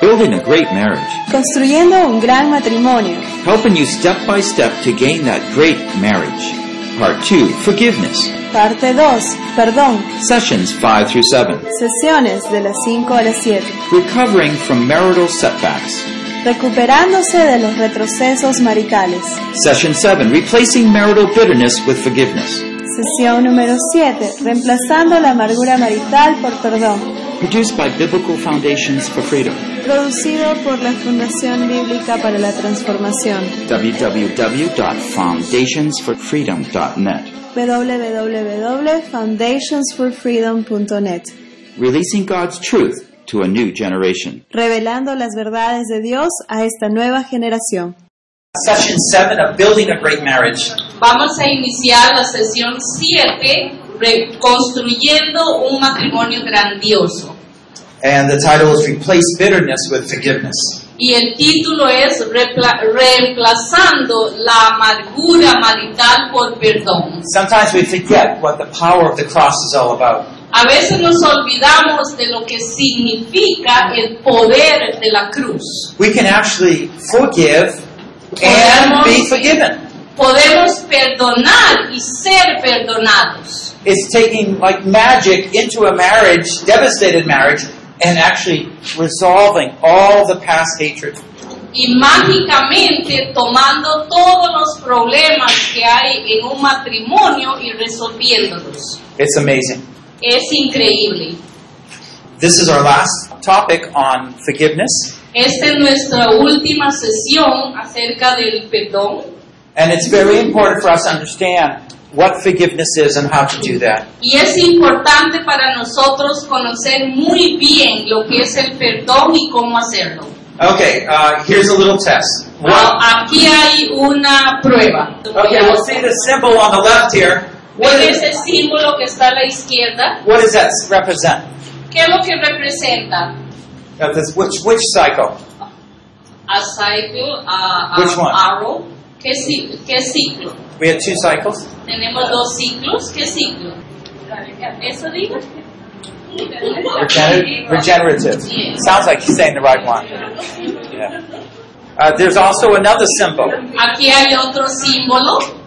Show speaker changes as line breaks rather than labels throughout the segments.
Building a great marriage.
Construyendo un gran matrimonio.
Helping you step by step to gain that great marriage. Part 2. Forgiveness.
Parte 2. Perdón.
Sessions 5 through 7.
Sesiones de las 5 a las 7.
Recovering from marital setbacks.
Recuperándose de los retrocesos maritales.
Session 7. Replacing marital bitterness with forgiveness.
Sesión número 7. Reemplazando la amargura marital por perdón.
Produced by Biblical Foundations for Freedom.
Producido por la Fundación Bíblica para la Transformación.
www.foundationsforfreedom.net.
www.foundationsforfreedom.net.
Releasing God's truth to a new generation.
Revelando las verdades de Dios a esta nueva generación.
Session 7 of Building a Great Marriage.
Vamos a iniciar la sesión 7, reconstruyendo un matrimonio grandioso.
And the title is Replace Bitterness with Forgiveness.
Y el título es Repla- Reemplazando la amargura marital por perdón.
Sometimes we forget what the power of the cross is all about.
A veces nos olvidamos de lo que significa el poder de la cruz.
We can actually forgive and be forgiven.
Podemos perdonar y ser perdonados.
It's taking like magic into a marriage, devastated marriage, and actually resolving all the past hatred.
y mágicamente tomando todos los problemas que hay en un matrimonio y resolviéndolos.
It's amazing.
Es increíble.
This is our last topic on forgiveness,
Esta es nuestra última sesión acerca del perdón
and it's very important for us to understand what forgiveness is and how to do that.
y es importante para nosotros conocer muy bien lo que es el perdón y cómo hacerlo.
Okay, uh, here's a little test.
Ah, Aquí hay una prueba.
Okay, we'll see the symbol on the left here. What
¿Ven
is,
ese símbolo que está a la izquierda?
what does that represent?
¿Qué es lo que representa?
Uh, this, which, which cycle?
a cycle, a, a-
Which one?
arrow. ¿Qué, ci- qué ciclo?
We had two cycles.
Tenemos dos ciclos. ¿Qué ciclo? ¿Eso digo?
Regener- regenerative.
Yes.
Sounds like you're saying the right one. Yeah. Uh, there's also another symbol.
Aquí hay otro símbolo.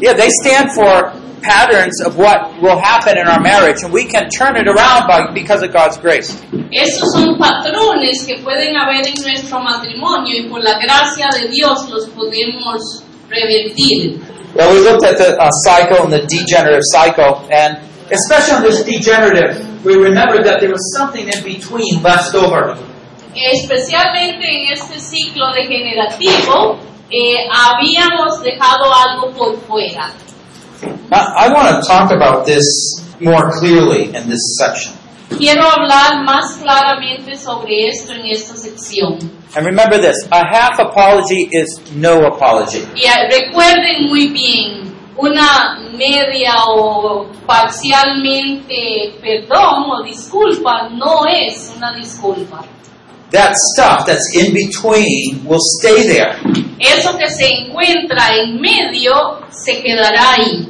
Yeah, they stand for patterns of what will happen in our marriage, and we can turn it around by, because of God's grace.
Esos son patrones que pueden haber en nuestro matrimonio y por la gracia de Dios los podemos revertir.
Well, we looked at the uh, cycle and the degenerative cycle, and especially on this degenerative, we remembered that there was something in between left over.
Especialmente en este ciclo degenerativo, eh, habíamos dejado algo por fuera.
I, I want to talk about this more clearly in this section.
Quiero hablar más claramente sobre esto en esta sección.
And remember this a half apology is no apology.
Y eh, recuerden muy bien, una media o parcialmente perdón o disculpa no es una disculpa.
That stuff that's in between will stay there.
Eso que se encuentra en medio se quedará ahí.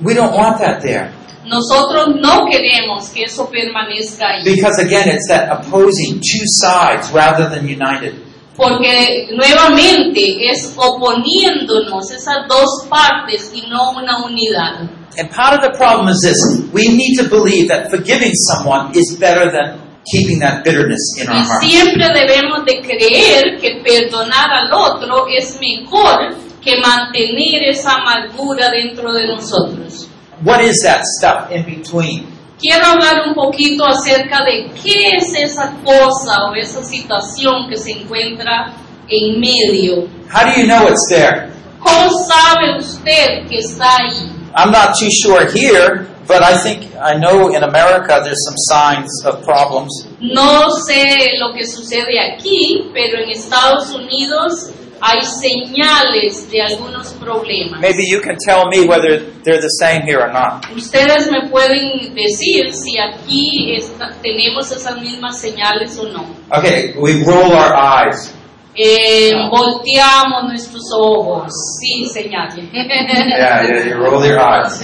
We don't want that there.
Nosotros no queremos que eso permanezca ahí.
Because again, it's that opposing two sides rather than united.
Porque nuevamente es oponiéndonos esas dos partes y no una unidad.
And part of the problem is this we need to believe that forgiving someone is better than keeping that bitterness in our
Y
heart.
siempre debemos de creer que perdonar al otro es mejor que mantener esa amargura dentro de nosotros.
What is that stuff in between?
Quiero hablar un poquito acerca de qué es esa cosa o esa situación que se encuentra en medio.
How do you know it's there?
¿Cómo sabe usted que está ahí?
I'm not too sure here, but I think I know in America there's some signs of problems.
No sé lo que sucede aquí, pero en Estados Unidos hay señales de algunos problemas.
Maybe you can tell me whether they're the same here or not.
Ustedes me pueden decir si aquí está- tenemos esas mismas señales o no.
Okay, we roll our eyes.
Eh, volteamos nuestros ojos. Sí, señales.
Yeah, yeah, you roll your eyes.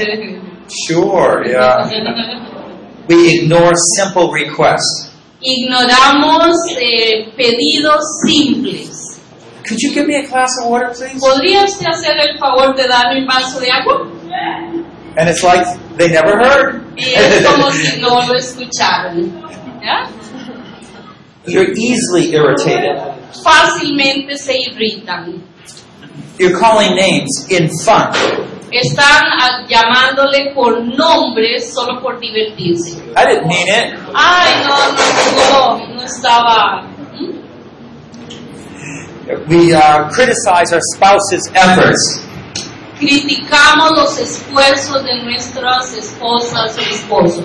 Sure, yeah. We ignore simple requests.
Ignoramos eh, pedidos simples.
Could you give me a glass of water, please?
¿Podría usted hacer el favor de darme un vaso de agua?
And it's like they never heard.
Y es como si no lo escucharan. ¿ya?
You're easily irritated.
Fácilmente se irritan.
You're calling names in fun.
Están a- llamándole por nombres solo por divertirse.
I didn't mean it.
Ay, no, no, no, no estaba. ¿Mm?
We uh, criticize our spouse's efforts.
Criticamos los esfuerzos de nuestras esposas y esposos.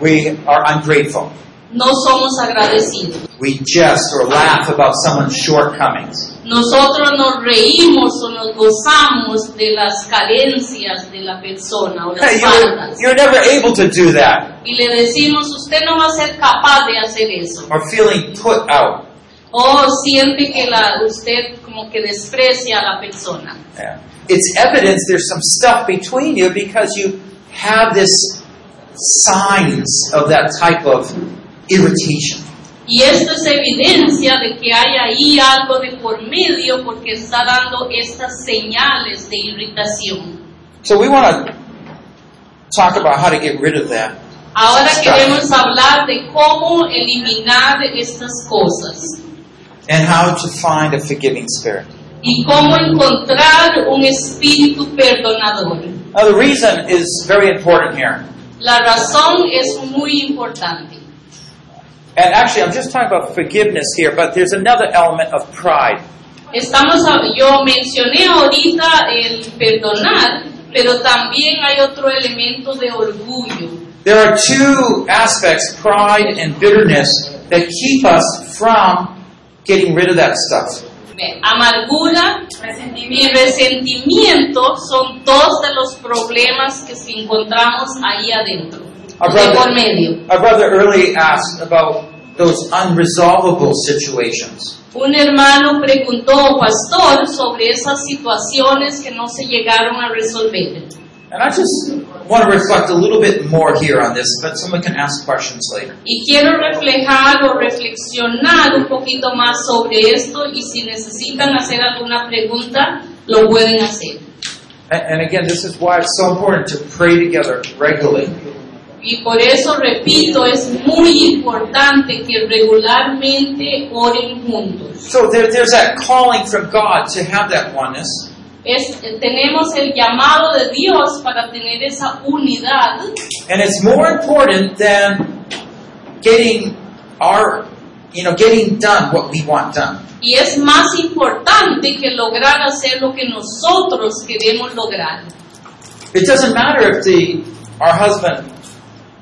We are ungrateful.
No somos agradecidos.
We jest or laugh about someone's shortcomings.
Nosotros nos reímos o nos gozamos de las carencias de la persona o
Hey,
las
you're,
faltas.
you're never able to do that.
Y le decimos, usted no va a ser capaz de hacer eso.
Or feeling put out.
O siente que la, usted como que desprecia a la persona.
Yeah. It's evidence there's some stuff between you because you have this signs of that type of irritation.
Y esto es evidencia de que hay ahí algo de por medio porque está dando estas señales de irritación.
So we want to talk about how to get rid of that.
Ahora
Está.
queremos hablar de cómo eliminar estas cosas.
and how to find a forgiving spirit.
y cómo encontrar un espíritu perdonador.
Now, the reason is very important here.
La razón es muy importante.
And actually, I'm just talking about forgiveness here, but there's another element of pride.
Estamos, a- yo mencioné ahorita el perdonar, pero también hay otro elemento de orgullo.
There are two aspects, pride and bitterness, that keep us from getting rid of that stuff.
Ve, Amargura y resentimiento son dos de los problemas que si encontramos ahí adentro,
Our
de
brother-
por medio.
Our brother early asked about those unresolvable situations.
Un hermano preguntó, pastor, sobre esas situaciones que no se llegaron a resolver.
And I just want to reflect a little bit more here on this, but someone can ask questions later.
Y quiero reflejar o reflexionar un poquito más sobre esto y si necesitan hacer alguna pregunta, lo pueden hacer.
And, and again, this is why it's so important to pray together regularly.
Y por eso, repito, es muy importante que regularmente oren juntos.
So there, there's that calling from God to have that oneness.
Es- tenemos el llamado de Dios para tener esa unidad
And it's more important than getting our, you know, getting done what we want done.
y es más importante que lograr hacer lo que nosotros queremos lograr.
It doesn't matter if the, our husband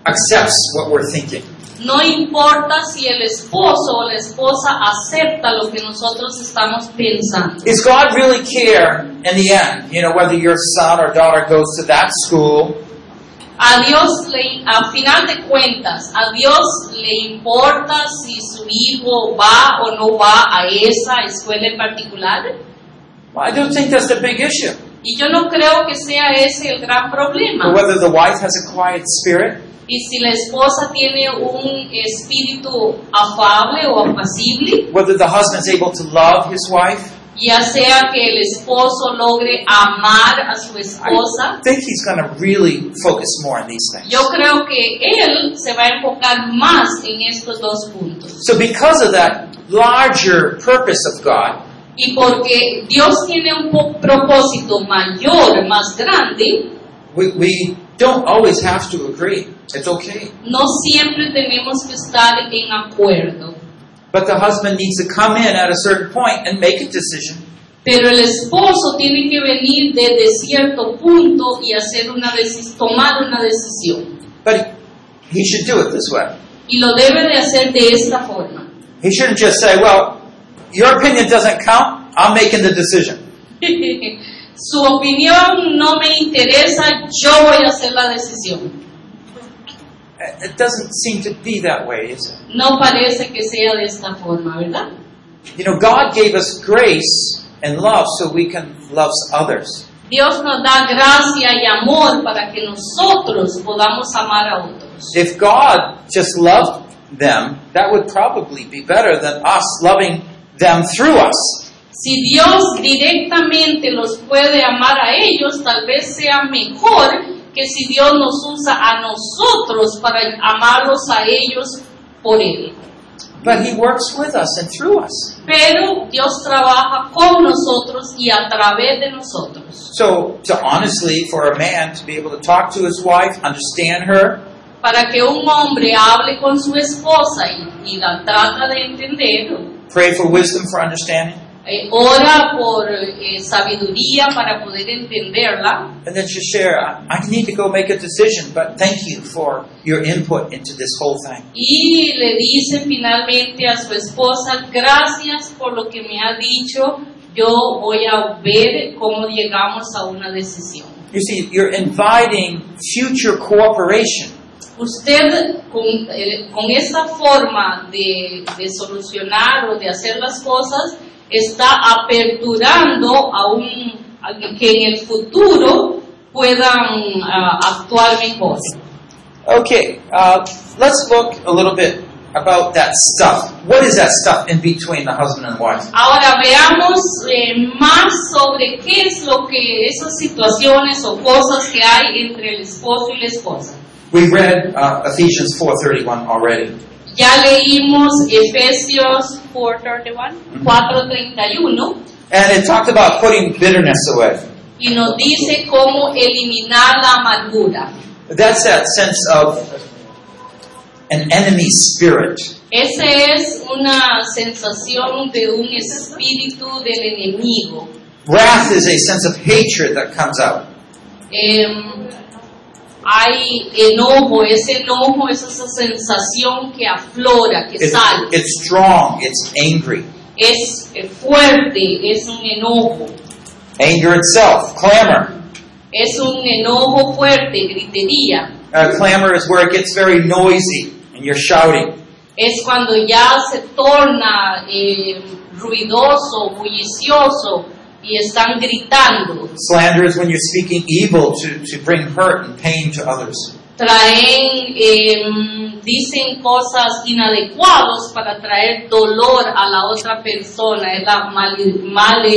accepts what we're thinking.
No importa si el esposo o la esposa acepta lo que nosotros estamos pensando.
Does God really care in the end, you know, whether your son or daughter goes to that school
A Dios, le, a final de cuentas, a Dios le importa si su hijo va o no va a esa escuela en particular.
Well, I don't think that's the big issue.
Y yo no creo que sea ese el gran problema.
Or whether the wife has a quiet spirit,
Y si la esposa tiene un espíritu afable o apacible,
whether the husband's able to love his wife.
ya sea que el esposo logre amar a su esposa,
I think he's going to really focus more on these things.
Yo creo que él se va a enfocar más en estos dos puntos.
So, because of that larger purpose of God,
Y porque Dios tiene un po- propósito mayor, más grande,
we, we don't always have to agree. It's okay.
no siempre tenemos que estar en acuerdo.
But the husband needs to come in at a certain point and make a decision.
Pero el esposo tiene que venir desde cierto punto y hacer una decis- tomar una decisión.
But he, he should do it this way.
Y lo debe de hacer de esta forma.
He shouldn't just say, Well, your opinion doesn't count. I'm making the decision.
Su opinión no me interesa, yo voy a hacer la decisión.
It doesn't seem to be that way, is it?
No parece que sea de esta forma, ¿verdad?
You know, God gave us grace and love so we can love others.
Dios nos da gracia y amor para que nosotros podamos amar a otros.
If God just loved them, that would probably be better than us loving them through us.
Si Dios directamente los puede amar a ellos, tal vez sea mejor que si Dios nos usa a nosotros para amarlos a ellos por Él.
But He works with us and through us.
Pero Dios trabaja con nosotros y a través de nosotros.
So, to honestly, for a man to be able to talk to his wife, understand her,
Para que un hombre hable con su esposa y, y la trata de entender,
pray for wisdom for understanding,
eh, ora por eh, sabiduría para poder entenderla.
and then just share, I, I need to go make a decision, but thank you for your input into this whole thing.
Y le dice finalmente a su esposa, gracias por lo que me ha dicho, yo voy a ver cómo llegamos a una decisión.
You see, you're inviting future cooperation.
Usted con, eh, con esta forma de, de solucionar o de hacer las cosas está aperturando a, un, a que en el futuro puedan ah, actuar mejor.
Okay, uh, let's look a little bit about that stuff. What is that stuff in between the husband and wife?
Ahora veamos eh, más sobre qué es lo que esas situaciones o cosas que hay entre el esposo y la esposa.
We read uh, Ephesians 4:31 already.
Ya leímos Efesios 4:31, 4:31
And it talked about putting bitterness away.
y nos dice cómo eliminar la amargura.
That's that sense of an enemy spirit.
Esa es una sensación de un espíritu del enemigo.
Wrath is a sense of hatred that comes out.
Em, hay enojo, ese enojo es esa sensación que aflora, que
It's,
sale.
it's strong, it's angry.
es eh, fuerte, es un enojo,
Anger itself, clamor.
es un enojo fuerte, gritería.
Uh, clamor is where it gets very noisy and you're shouting.
Es cuando ya se torna eh, ruidoso, bullicioso y están gritando.
Slander is when you're speaking evil to, to bring hurt and pain to others.
Traen, eh, dicen cosas inadecuadas para traer dolor a la otra persona, es la mal-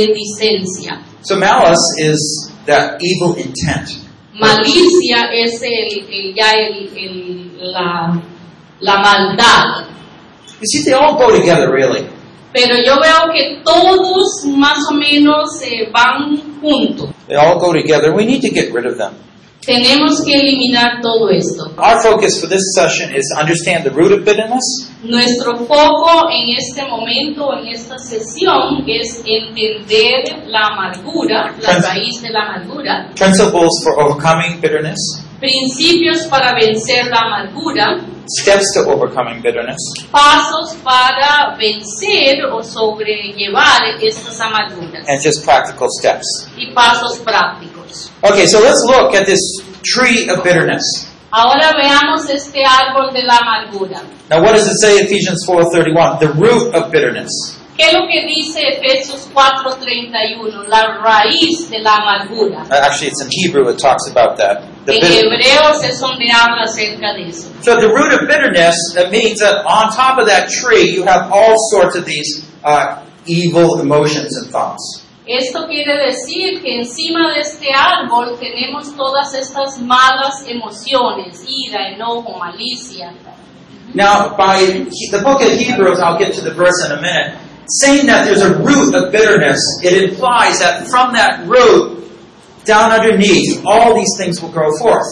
maledicencia.
So malice is that evil intent.
Malicia es el, el- ya el- el- la- la maldad.
You see, they all go together, really.
Pero yo veo que todos más o menos eh, van juntos.
They all go together. We need to get rid of them.
Tenemos que eliminar todo esto.
Our focus for this session is to understand the root of bitterness,
Nuestro foco en este momento, en esta sesión, es entender la amargura, la
Trans-
raíz de la amargura,
principles for overcoming bitterness,
principios para vencer la amargura,
steps to overcoming bitterness,
pasos para vencer o sobrellevar estas amarguras
and just practical steps.
y pasos prácticos.
Okay, so let's look at this tree of bitterness.
Ahora veamos este árbol de la amargura.
Now, what does it say in Ephesians 4.31? The root of bitterness.
¿Qué es lo que dice Efesios 4:31? La raíz de la amargura.
Uh, Actually, it's in Hebrew it talks about that. The
En
bitter-
Hebreos es donde habla acerca de eso.
So the root of bitterness, that means that on top of that tree, you have all sorts of these uh, evil emotions and thoughts.
Esto quiere decir que encima de este árbol tenemos todas estas malas emociones, ira, enojo, malicia.
Now, by the book of Hebrews, I'll get to the verse in a minute, saying that there's a root of bitterness, it implies that from that root, down underneath, all these things will grow forth.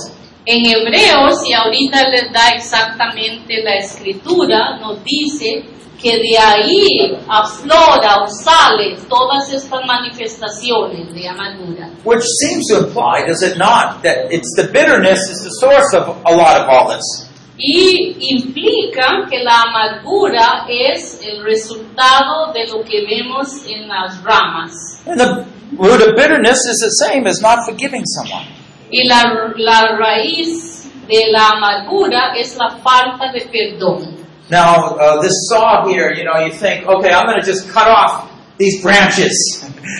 En Hebreos, y ahorita les da exactamente la escritura, nos dice que de ahí aflora o sale todas estas manifestaciones de amargura.
Which seems to imply, does it not, that it's the bitterness is the source of a lot of all this.
y implica que la amargura es el resultado de lo que vemos en las ramas.
And the root of bitterness is the same as not forgiving someone.
Y la, la raíz de la amargura es la falta de perdón.
Now, uh, this saw here, you know, you think, okay, I'm going to just cut off these branches.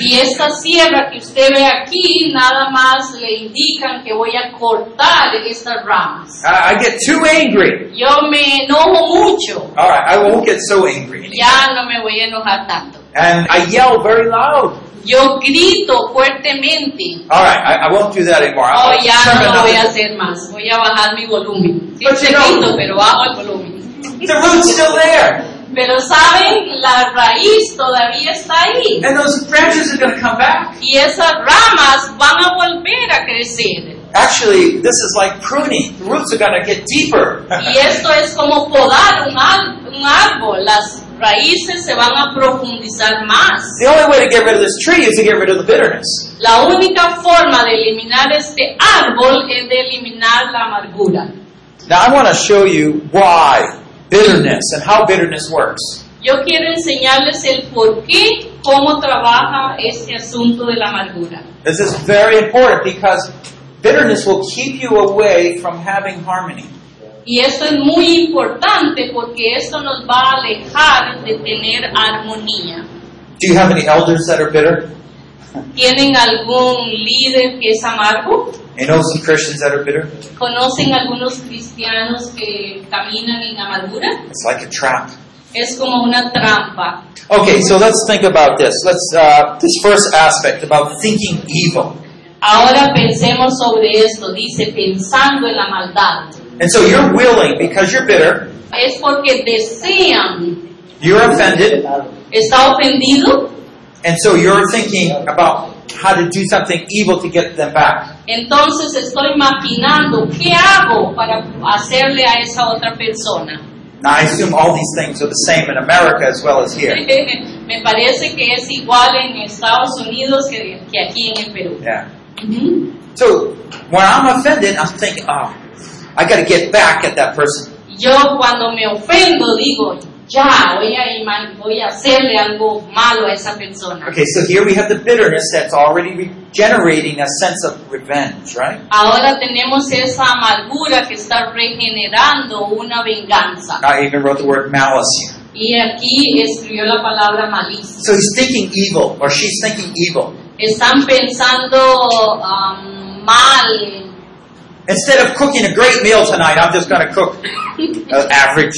Y esta sierra que usted ve aquí, nada más le indican que voy a cortar estas ramas.
I, I get too angry.
Yo me enojo mucho,
All right, I won't get so angry. anymore.
ya no me voy a enojar tanto.
And I yell very loud.
Yo grito fuertemente,
All right, I, I won't do that anymore.
oh
I'll
ya
turn
no Pues lo
it up.
voy a hacer más, voy a bajar mi volumen.
Pero
Siempre
si no-
grito, pero bajo el volumen.
The root's still there,
Pero saben, la raíz todavía está ahí.
and those branches are going to come back.
Y esas ramas van a volver a crecer.
Actually, this is like pruning. The roots are going to get deeper.
Y esto es como podar un, al- un árbol. Las raíces se van a profundizar más.
the only way to get rid of this tree is to get rid of the bitterness.
La única forma de eliminar este árbol es de eliminar la amargura.
Now, I want to show you why bitterness and how bitterness works.
Yo quiero enseñarles el por qué, cómo trabaja este asunto de la amargura.
This is very important because bitterness will keep you away from having harmony.
Y esto es muy importante porque esto nos va a alejar de tener armonía.
Do you have any elders that are bitter?
¿Tienen algún líder que es amargo?
You know some Christians that are bitter?
¿Conocen algunos cristianos que caminan en amargura?
It's like a trap.
Es como una trampa.
Okay, so let's think about this. Let's uh, this first aspect about thinking evil.
Ahora pensemos sobre esto, dice, pensando en la maldad.
And so you're willing because you're bitter,
Es porque desean,
you're offended,
está ofendido,
and so you're thinking about how to do something evil to get them back.
entonces estoy maquinando qué hago para hacerle a esa otra persona.
Now I assume all these things are the same in America as well as here.
Me parece que es igual en Estados Unidos que, que aquí en el Perú.
Yeah.
Ujú.
So when I'm offended, I'm thinking, oh, I got to get back at that person.
Yo cuando me ofendo digo, ya, voy a, ima- voy a hacerle algo malo a esa persona.
Okay, so here we have the bitterness that's already re- generating a sense of revenge, right?
Ahora tenemos esa amargura que está regenerando una venganza.
I even wrote the word malice here.
Y aquí escribió la palabra malicia.
So he's thinking evil, or she's thinking evil.
Están pensando am, mal.
Instead of cooking a great meal tonight, I'm just going to cook an average,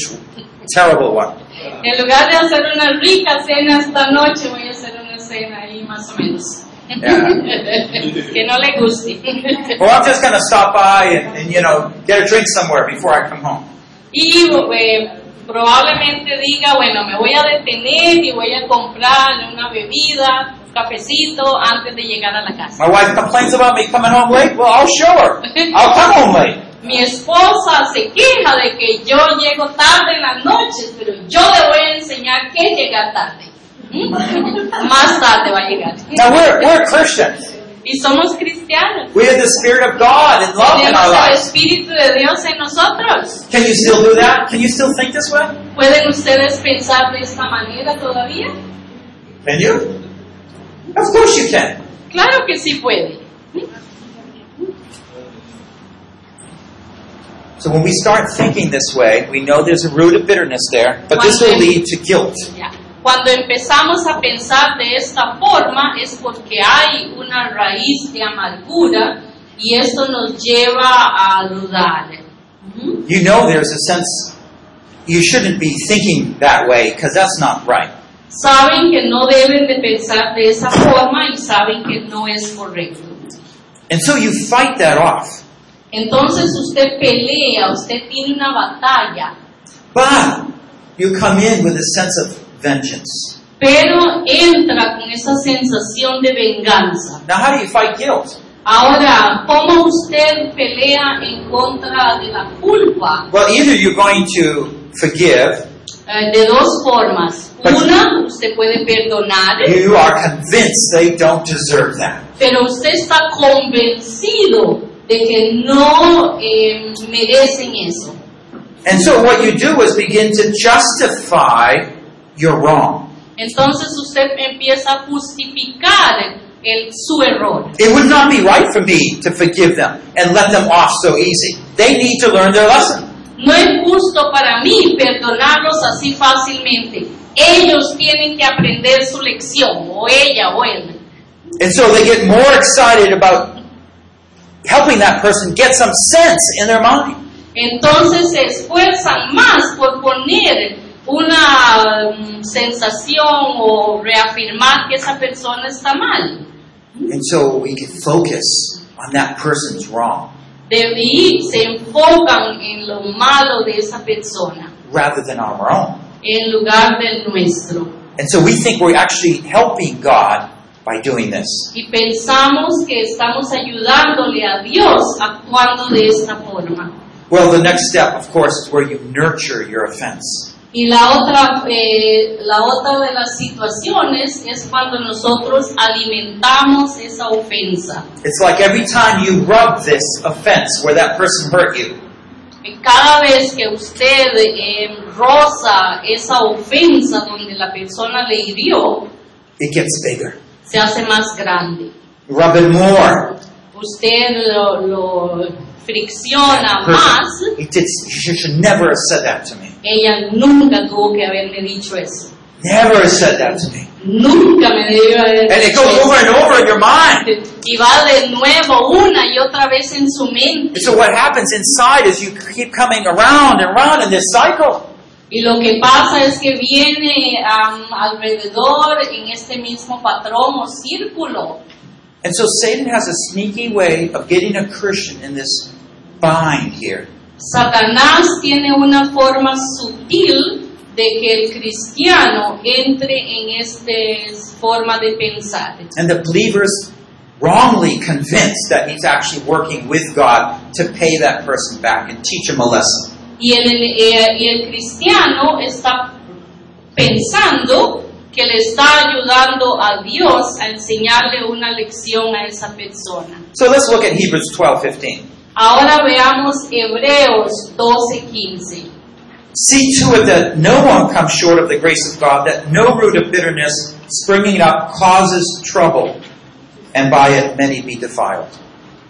terrible one.
En lugar de hacer una rica cena esta noche, voy a hacer una cena ahí más o menos.
Yeah.
que no le guste.
Or I'm just going to stop by and, and, you know, get a drink somewhere before I come home.
Y eh, probablemente diga, bueno, me voy a detener y voy a comprar una bebida, un cafecito antes de llegar a la casa.
My wife complains about me coming home late. Well, I'll show her. I'll come home late.
Mi esposa se queja de que yo llego tarde en las noches, pero yo le voy a enseñar que es llegar tarde. ¿Mm? Más tarde va a llegar.
Now, we're, we're Christians.
Y somos cristianos.
We have the Spirit of God and love in
Tenemos
our
el
lives.
Espíritu de Dios en nosotros.
Can you still do that? Can you still think this way?
¿Pueden ustedes pensar de esta manera todavía?
Can you? Of course you can.
Claro que sí puede.
So when we start thinking this way, we know there's a root of bitterness there, but this will lead to guilt.
Ya. Cuando empezamos a pensar de esta forma es porque hay una raíz de amargura y esto nos lleva a dudar. Ujú.
You know there's a sense you shouldn't be thinking that way because that's not right.
Saben que no deben de pensar de esa forma y saben que no es correcto.
And so you fight that off.
Entonces usted pelea, usted tiene una batalla,
But you come in with a sense of vengeance.
pero entra con esa sensación de venganza.
Now, how do you fight guilt?
Ahora, ¿cómo usted pelea en contra de la culpa?
Well, either you're going to forgive,
Eh, de dos formas. Una, usted puede perdonar,
you are convinced they don't deserve that.
pero usted está convencido de que no eh, merecen eso.
And so what you do is begin to justify your wrong.
Entonces usted empieza a justificar el, su error.
It would not be right for me to forgive them and let them off so easy. They need to learn their lesson.
No es justo para mí perdonarlos así fácilmente. ellos tienen que aprender su lección, o ella o él.
And so they get more excited about helping that person get some sense in their mind.
Entonces se esfuerzan más por poner una um, sensación o reafirmar que esa persona está mal.
And so we can focus on that person's wrong
De y se enfocan en lo malo de esa persona
rather than on our own.
en lugar del nuestro.
And so we think we're actually helping God by doing this.
Y pensamos que estamos ayudándole a Dios actuando de esta forma.
Well, the next step, of course, is where you nurture your offense.
Y la otra, eh, la otra de las situaciones es cuando nosotros alimentamos esa ofensa.
It's like every time you rub this offense where that person hurt you,
Y Cada vez que usted eh, roza esa ofensa donde la persona le hirió,
it gets bigger.
se hace más grande.
You rub it more.
Usted lo, lo fricciona más.
Person, He did, you should never have said that to me.
Ella nunca tuvo que haberme dicho eso.
Never have said that to me.
Nunca me debió haber
And it
dicho
goes
eso.
over and over in your mind.
Y va de nuevo una y otra vez en su mente.
So what happens inside is you keep coming around and around in this cycle.
Y lo que pasa es que viene am, alrededor en este mismo patrón o círculo.
And so Satan has a sneaky way of getting a Christian in this bind here.
Satanás tiene una forma sutil de que el cristiano entre en esta forma de pensar.
And the believer's wrongly convinced that he's actually working with God to pay that person back and teach him a lesson.
Y el, el- eh, y el cristiano está pensando que le está ayudando a Dios a enseñarle una lección a esa persona.
So let's look at Hebrews 12:15.
Ahora veamos Hebreos 12:15.
See to it that no one comes short of the grace of God, that no root of bitterness springing up causes trouble, and by it many be defiled.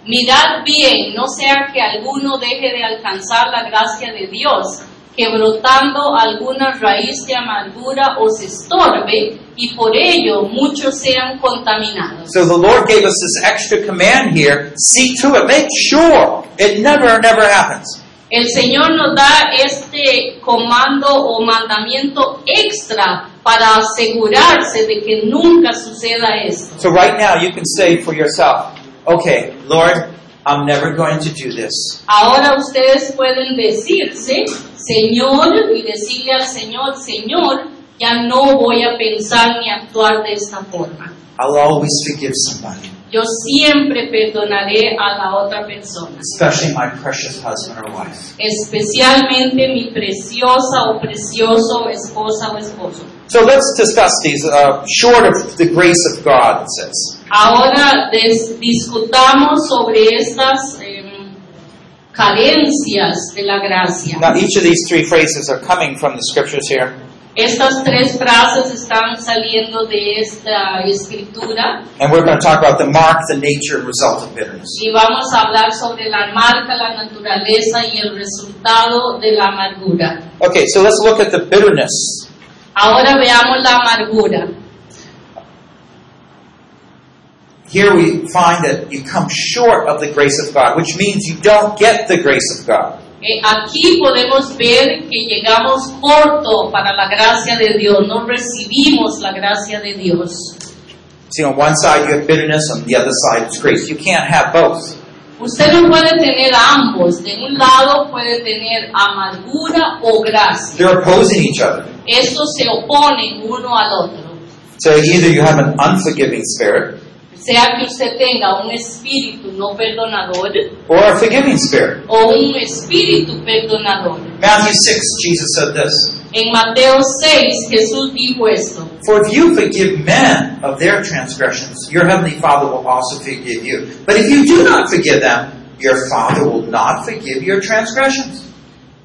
Mirad bien, no sea que alguno deje de alcanzar la gracia de Dios, que brotando alguna raíz de amargura os estorbe y por ello muchos sean contaminados.
So the Lord gave us this extra command here. See to it. Make sure it never, never happens.
El Señor nos da este comando o mandamiento extra para asegurarse de que nunca suceda esto.
So right now you can say for yourself, okay, Lord, I'm never going to do this.
Ahora ustedes pueden decirse, Señor, y decirle al Señor, Señor, ya no voy a pensar ni actuar de esta forma.
I'll always forgive somebody,
Yo siempre perdonaré a la otra persona,
especially my precious husband or wife.
especialmente mi preciosa o precioso esposa o esposo.
So let's discuss these. Uh, short of the grace of God, it says.
Ahora des- discutamos sobre estas em, carencias de la gracia.
Now each of these three phrases are coming from the scriptures here,
Estas tres frases están saliendo de esta escritura
and we're going to talk about the mark, the nature, and result of bitterness.
y vamos a hablar sobre la marca, la naturaleza y el resultado de la amargura.
Okay, so let's look at the bitterness
Ahora veamos la amargura.
Here we find that you come short of the grace of God, which means you don't get the grace of God.
Eh, aquí podemos ver que llegamos corto para la gracia de Dios, no recibimos la gracia de Dios.
See, on one side you have bitterness, on the other side it's grace. You can't have both.
Usted no puede tener ambos. De un lado puede tener amargura o gracia.
They're opposing each other.
Estos se oponen uno al otro.
So either you have an unforgiving spirit
Sea que usted tenga un espíritu no perdonador
or a forgiving spirit.
o un espíritu perdonador.
Matthew 6, Jesus said this
En Mateo 6 Jesús dijo esto.
For if you forgive men of their transgressions, your heavenly Father will also forgive you. But if you do not forgive them, your Father will not forgive your transgressions.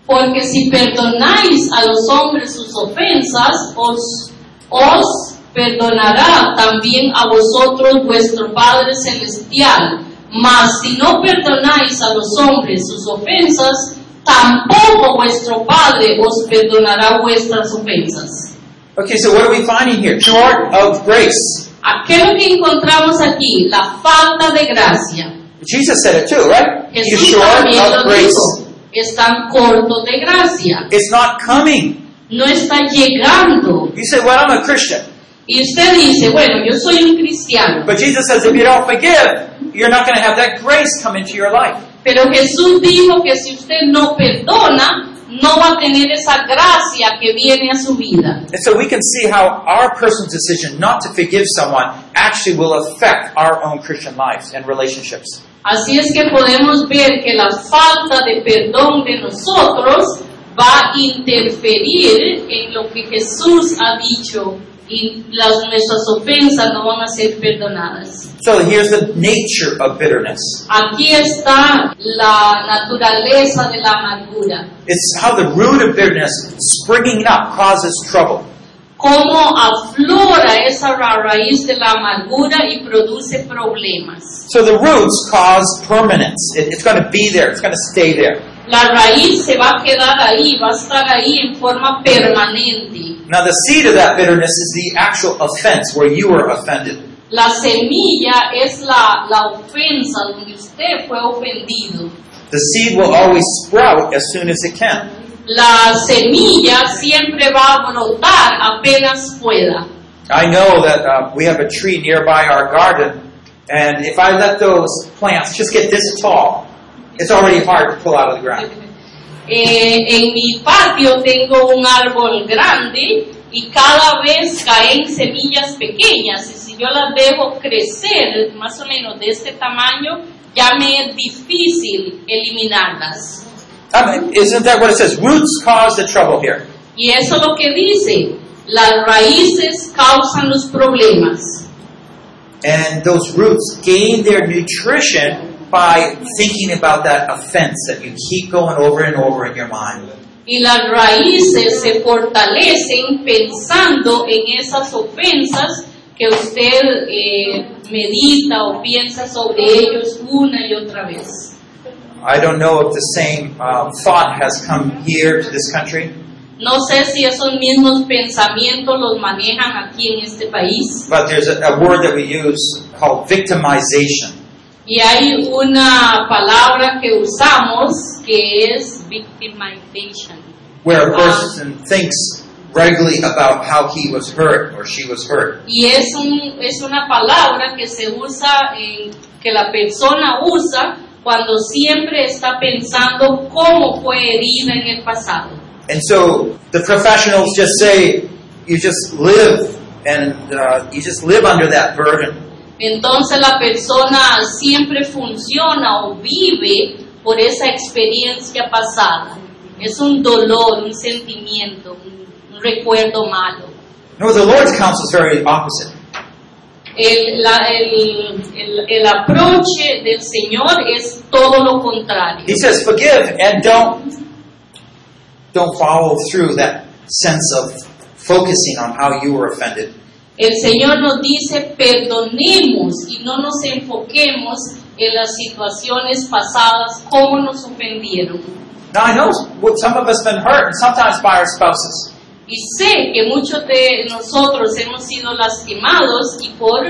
Porque si perdonáis a los hombres sus ofensas, os, os perdonará también a vosotros vuestro Padre Celestial. Mas si no perdonáis a los hombres sus ofensas, tampoco vuestro Padre os perdonará vuestras ofensas.
Okay, so what are we finding here? Short of grace.
¿A qué es lo que encontramos aquí? La falta de gracia.
Jesus said it too, right? You're
Jesús
short
también
of
lo
grace.
dijo. Están cortos de gracia.
It's not coming.
No está llegando.
You say, well, I'm a Christian.
Y usted dice, bueno, yo soy un cristiano.
But Jesus says, if you don't forgive, you're not going to have that grace come into your life.
Pero Jesús dijo que si usted no perdona, no va a tener esa gracia que viene a su vida.
And so we can see how our personal decision not to forgive someone actually will affect our own Christian lives and relationships.
Así es que podemos ver que la falta de perdón de nosotros va a interferir en lo que Jesús ha dicho y las, nuestras ofensas no van a ser perdonadas.
So here's the nature of bitterness.
Aquí está la naturaleza de la amargura,
It's how the root of bitterness springing up causes trouble.
cómo aflora esa ra- raíz de la amargura y produce problemas.
So the roots cause permanence. It- it's going to be there. It's going to stay there.
La raíz se va a quedar ahí, va a estar ahí en forma permanente.
Now the seed of that bitterness is the actual offense where you were offended.
La semilla es la, la ofensa donde usted fue ofendido.
The seed will always sprout as soon as it can.
La semilla siempre va a brotar apenas pueda.
I know that uh, we have a tree nearby our garden, and if I let those plants just get this tall, it's already hard to pull out of the ground.
Eh, en mi patio tengo un árbol grande y cada vez caen semillas pequeñas y si yo las dejo crecer más o menos de este tamaño, ya me es difícil eliminarlas.
I mean, Um, isn't that what it says? Roots cause the trouble here.
Y eso es lo que dice, las raíces causan los problemas.
And those roots gain their nutrition by thinking about that offense that you keep going over and over in your mind.
Y las raíces se fortalecen pensando en esas ofensas que usted eh, medita o piensa sobre ellos una y otra vez.
I don't know if the same um, thought has come here to this country,
No sé si esos mismos pensamientos los manejan aquí en este país.
but there's a, a word that we use called victimization.
Y hay una palabra que usamos que es victimization.
where a person thinks regularly about how he was hurt or she was hurt.
Y es, un, es una palabra que se usa, en- que la persona usa cuando siempre está pensando cómo fue herida en el pasado.
And so the professionals just say, you just live and uh, you just live under that burden.
Entonces la persona siempre funciona o vive por esa experiencia pasada. Es un dolor, un sentimiento, un un recuerdo malo.
No, the Lord's counsel is very opposite.
El, la- el, el, el aproche del Señor es todo lo contrario.
He says, forgive and don't don't follow through that sense of focusing on how you were offended.
El Señor nos dice, perdonemos y no nos enfoquemos en las situaciones pasadas, cómo nos ofendieron.
Now I know what- some of us been hurt, and sometimes by our spouses.
Y sé que muchos de nosotros hemos sido lastimados y por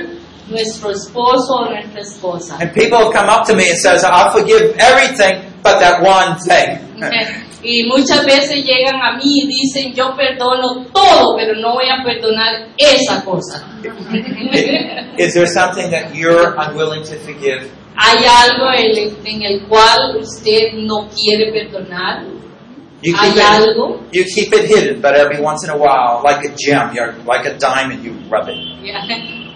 nuestro esposo o nuestra esposa.
And people have come up to me and says, I'll forgive everything but that one thing.
Y muchas veces llegan a mí y dicen, yo perdono todo, pero no voy a perdonar esa cosa.
Is there something that you're unwilling to forgive?
Hay algo en en el cual usted no quiere perdonar.
You keep,
Hay
it,
algo.
you keep it hidden, but every once in a while, like a gem, you're like a diamond, you rub it.
Ya.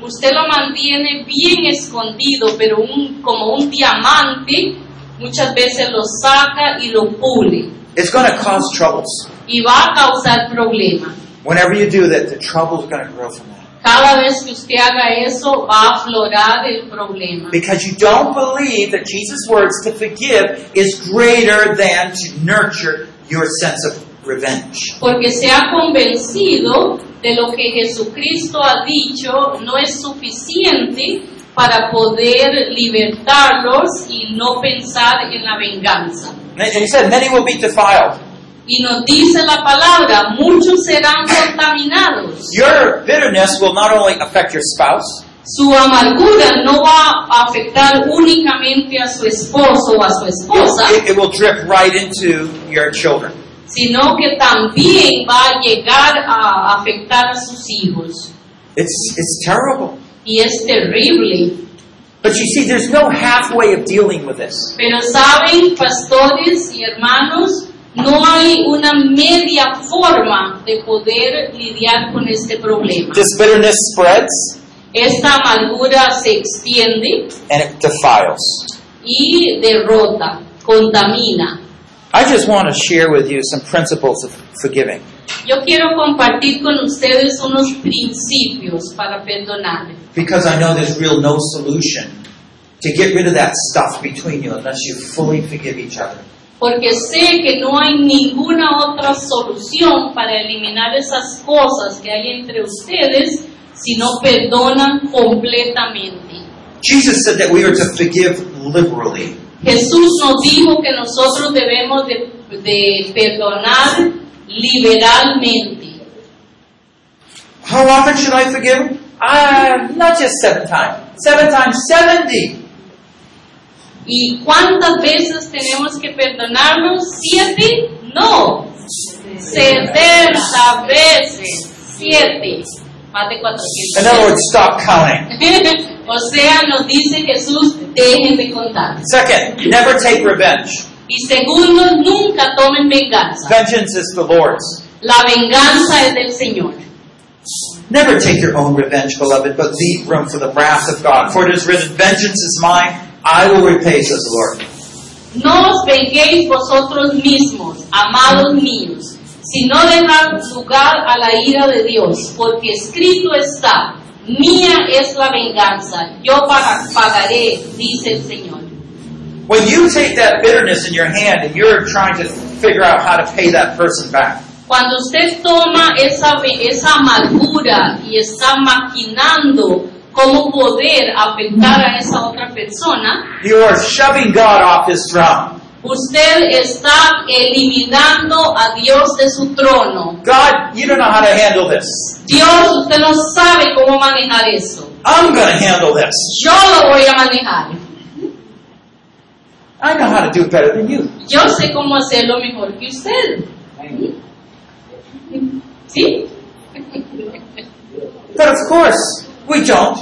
Usted lo mantiene bien escondido, pero un, como un diamante, muchas veces lo saca y lo pule.
It's going to cause troubles.
Y va a causar problemas.
Whenever you do that, the trouble is going to grow from that.
Cada vez que usted haga eso, va a aflorar el problema.
Because you don't believe that Jesus' words to forgive is greater than to nurture your sense of revenge.
Porque se ha convencido de lo que Jesucristo ha dicho no es suficiente para poder libertarlos y no pensar en la venganza.
And he said, Many will be defiled.
Y nos dice la palabra, muchos serán contaminados.
Your bitterness will not only affect your spouse,
Su amargura no va a afectar únicamente a su esposo o a su esposa,
it, it will drip right into your children.
sino que también va a llegar a afectar a sus hijos.
It's, it's terrible.
Y es terrible.
But you see, there's no halfway of dealing with this.
Pero saben, pastores y hermanos, no hay una media forma de poder lidiar con este problema.
This bitterness spreads
Esta amargura se extiende
and it defiles.
y derrota, contamina.
I just want to share with you some principles of forgiving.
Yo quiero compartir con ustedes unos principios para perdonar,
Because I know there's real no solution to get rid of that stuff between you unless you fully forgive each other.
porque sé que no hay ninguna otra solución para eliminar esas cosas que hay entre ustedes si no perdonan completamente.
Jesus said that we are to forgive liberally.
Jesús nos dijo que nosotros debemos de, de perdonar liberalmente.
How often should I forgive him? Uh, not just seven times. Seven times, seventy.
¿Y cuántas veces tenemos que perdonarnos? ¿Siete? No. Setenta veces. Siete. Más de
In other words,
400.
stop counting.
o sea, nos dice Jesús, dejen de contar.
Second, never take revenge.
Y segundo, nunca tomen venganza.
Vengeance is the Lord's.
La venganza es del Señor.
Never take your own revenge, beloved, but leave room for the wrath of God. For it is written, Vengeance is mine, I will repay, says the Lord.
No os venguéis vosotros mismos, amados míos, sino dejad lugar a la ira de Dios, porque escrito está, mía es la venganza, yo pa- pagaré, dice el Señor.
When you take that bitterness in your hand and you're trying to figure out how to pay that person back,
Cuando usted toma esa, ve- esa amargura y está maquinando cómo poder afectar a esa otra persona,
you are shoving God off his throne.
usted está eliminando a Dios de su trono.
God, you don't know how to handle this.
Dios, usted no sabe cómo manejar eso.
I'm going to handle this.
Yo lo voy a manejar.
I know how to do it better than you.
Yo sé cómo hacerlo mejor que usted. ¿Sí?
But of course, we don't.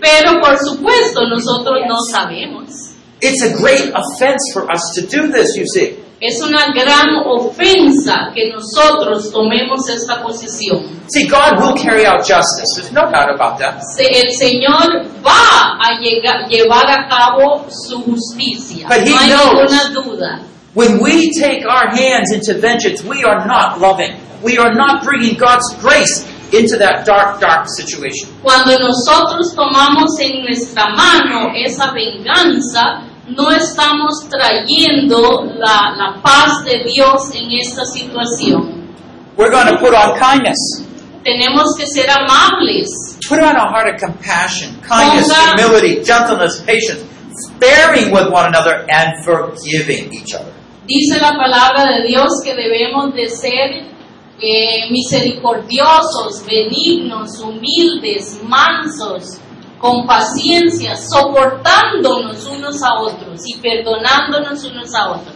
Pero por supuesto, nosotros no sabemos.
It's a great offense for us to do this, you see.
Es una gran ofensa que nosotros tomemos esta posición.
See, God will carry out justice. There's no doubt about that.
Se- El Señor va a llega- llevar a cabo su justicia.
But he
No hay
knows.
ninguna duda.
When we take our hands into vengeance, we are not loving. We are not bringing God's grace into that dark, dark situation.
Cuando nosotros tomamos en nuestra mano esa venganza, no estamos trayendo la, la paz de Dios en esta situación.
We're going to put on kindness.
Tenemos que ser amables,
Put on a heart of compassion, kindness,
Ponga-
humility, gentleness, patience, bearing with one another and forgiving each other.
dice la palabra de Dios que debemos de ser eh, misericordiosos, benignos, humildes, mansos, con paciencia, soportándonos unos a otros y perdonándonos unos a otros.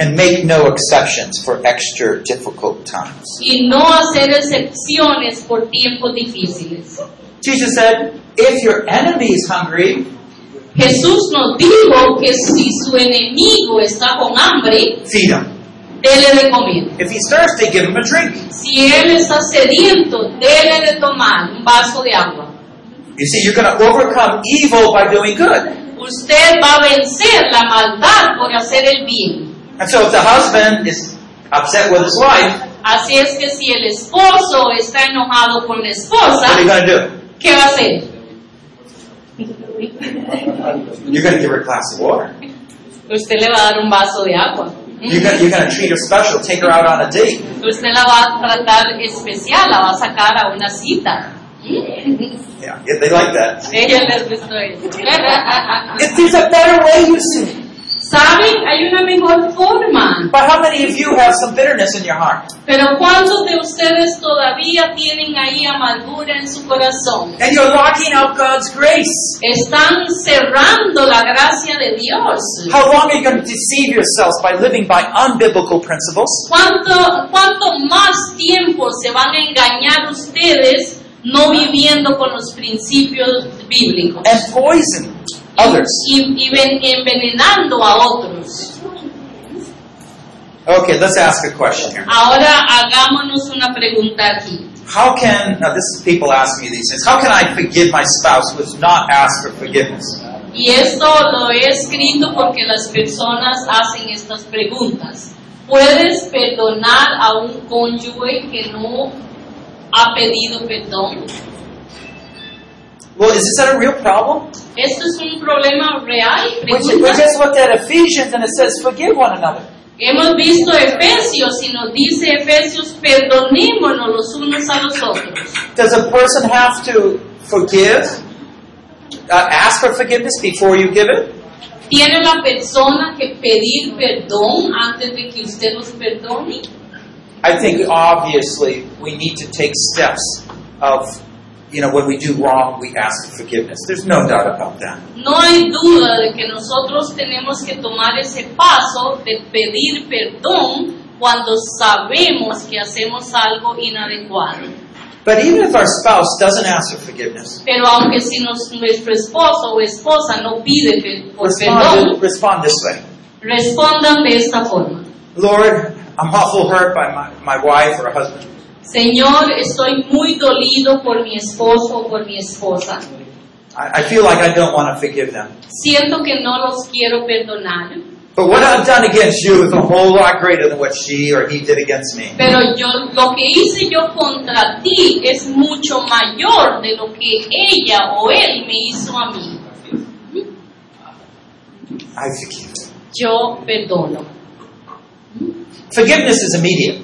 And make no exceptions for extra difficult times.
y no hacer excepciones por tiempos difíciles.
Jesus said, if your enemy is hungry,
Jesús nos dijo que si su enemigo está con hambre,
feed him.
dele de comer.
If he's thirsty, give him a drink.
Si él está sediento, dele de tomar un vaso de agua.
You see, you're going to overcome evil by doing good.
Usted va a vencer la maldad por hacer el bien.
And so if the husband is upset with his wife,
Así es que si el esposo está enojado con la
what are you
esposa,
going to
¿qué va a hacer?
do? You're going to give her a glass of water.
Usted le va a dar un vaso de agua.
You're going, you're going to treat her special, take her out on a date.
Usted la va a tratar especial, la va a sacar a una cita.
Yeah, yeah, they like that.
Ella les gustó eso.
If there's a better way, you see.
Saben, hay una mejor forma.
But how many of you have some bitterness in your heart?
Pero ¿cuántos de ustedes todavía tienen ahí amargura en su corazón?
And you're locking out God's grace.
Están cerrando la gracia de Dios.
How long are you going to deceive yourselves by living by unbiblical principles?
¿Cuánto, cuánto más tiempo se van a engañar ustedes no viviendo con los principios bíblicos
And poison others.
y, y ven- envenenando a otros?
Okay, let's ask a question here.
Ahora hagámonos una pregunta aquí.
How can, now this people ask me these things, how can I forgive my spouse who has not asked for forgiveness?
Y esto lo he escrito porque las personas hacen estas preguntas. ¿Puedes perdonar a un cónyuge que no ha pedido perdón?
Well, is this a real problem?
¿Esto es un problema real?
We
Pregunta.
we just looked at Ephesians and it says forgive one another.
Hemos visto Efesios y nos dice Efesios, perdonémonos los unos a los otros.
Does a person have to forgive, uh, ask for forgiveness before you give it?
¿Tiene la persona que pedir perdón antes de que usted los perdone?
I think obviously we need to take steps of, you know, when we do wrong, we ask for forgiveness. There's no doubt about that.
No hay duda de que nosotros tenemos que tomar ese paso de pedir perdón cuando sabemos que hacemos algo inadecuado.
But even if our spouse doesn't ask for forgiveness,
Pero aunque si nos- nuestro esposo o esposa no pide per- por
respond,
perdón,
respond this way.
respondan de esta forma.
Lord, I'm awful hurt by my, my wife or husband.
Señor, estoy muy dolido por mi esposo o por mi esposa.
I, I feel like I don't want to forgive them.
Siento que no los quiero perdonar,
But what I've done against you is a whole lot greater than what she or he did against me.
pero yo lo que hice yo contra ti es mucho mayor de lo que ella o él me hizo a mí.
I forgive.
Yo perdono.
Forgiveness is immediate.